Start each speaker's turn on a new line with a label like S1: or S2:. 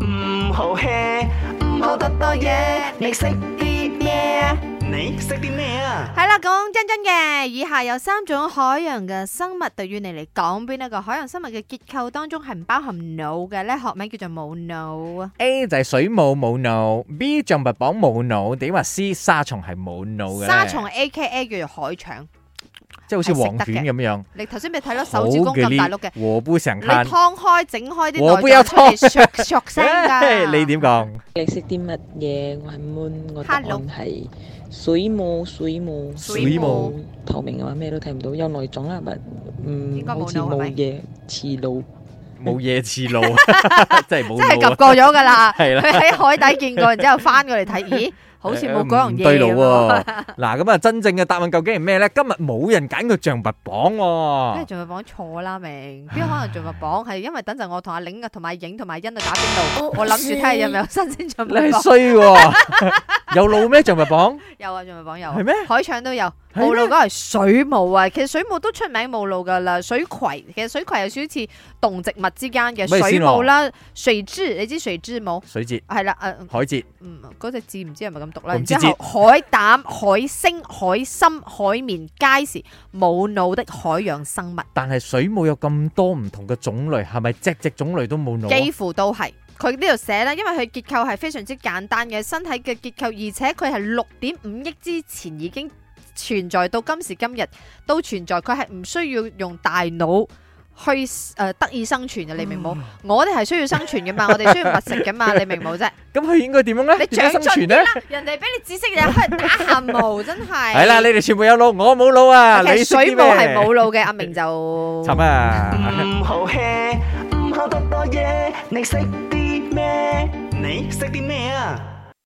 S1: 唔好 hea，唔好得多嘢。你識啲咩？你識啲咩啊？
S2: 係啦，講真真嘅，以下有三種海洋嘅生物，對於你嚟講，邊一個海洋生物嘅結構當中係唔包含腦嘅咧？學名叫做冇腦啊。
S3: A 就係水母冇腦，B 象拔蚌冇腦，點話 C 沙蟲係冇腦嘅咧
S2: 沙蟲 A K A 叫做海腸，
S3: 即係好似
S2: 係食
S3: 黃
S2: 得
S3: 卷
S2: 嘅
S3: 咁樣，
S2: 你頭先咪睇到
S3: 好
S2: 手指公咁大碌嘅，
S3: 嘅，和杯成
S2: 你
S3: 攤
S2: 劏。開整開
S3: 我
S2: 啲
S3: 不
S2: 內
S3: 要
S2: 臟出嚟，削削聲
S3: 嘿
S2: 㗎。
S3: 你點講？
S4: 你識啲乜嘢？我係 moon，我答案
S2: Hello
S4: 係水母，水母，
S2: 水
S3: 母
S4: 透明嘅話咩都睇唔到，有內臟啦，但
S2: 應
S4: 嗯，
S2: 該冇
S4: 好似
S2: 腦係咪
S4: 冇嘢似腦。
S3: 冇嘢 似路，真係冇
S2: 即係
S3: 腦
S2: 及
S3: 啊！
S2: 過咗㗎啦。
S3: 係啦
S2: 佢 喺海底見過，然之後翻過嚟睇，咦，好似冇嗰樣
S3: 唔
S2: 嘢
S3: 對路
S2: 喎。
S3: 喎。嗱，咁啊，真正嘅答案究竟係咩咧？今日冇人揀個象拔蚌
S2: 跟
S3: 喎。
S2: 住象拔蚌錯啦，明邊有可能象拔蚌係因為等陣我同阿玲啊、同埋阿影、同埋阿欣去打邊爐，我諗住睇下有冇有新鮮象
S3: 你
S2: 拔
S3: 哦係
S2: 蚌。
S3: 衰喎，有路咩？象拔蚌
S2: 有啊，象拔蚌有啊
S3: 係，咩？
S2: 海腸都有。
S3: 係
S2: 冇
S3: 咩
S2: 路嗰係水母啊，其實水母都出名冇路噶啦。水葵其實水葵有少少似動植物之間嘅
S3: 咪先喎
S2: 水母啦，水蛭你知水蛭冇？
S3: 水節、
S2: 係啦，誒、
S3: 海節，
S2: 嗯，嗰隻字唔知係咪咁讀啦。
S3: 我
S2: 然
S3: 唔
S2: 之
S3: 知
S2: 後海膽、海星、海參、海綿皆是冇腦的海洋生物。
S3: 但係水母有咁多唔同嘅種類，係咪隻隻種類都冇腦啊？
S2: 幾乎都係。佢呢度寫啦，因為佢結構係非常之簡單嘅身體嘅結構，而且佢係六點五億之前已經存在到今時今日都存在，佢係唔需要用大腦去誒、呃得以生存嘅，你明冇？
S3: 嗯
S2: 我哋係需要生存嘅嘛，我哋 需要覓食嘅嘛，你明冇啫？
S3: 咁佢應該點樣
S2: 你長
S3: 咧？點樣
S2: 進
S3: 生
S2: 啲
S3: 存咧
S2: 啦？，人哋俾你知識你喺度打下毛，真係。
S3: 係啦，你哋全部有腦，我冇腦啊！
S2: 其實
S3: 你識
S2: 水
S3: 啲
S2: 母係
S3: 咩？
S2: 冇腦嘅，阿明就
S3: 慘啊！
S1: 唔好 hea，唔好得多嘢。你識啲咩？你識啲咩啊？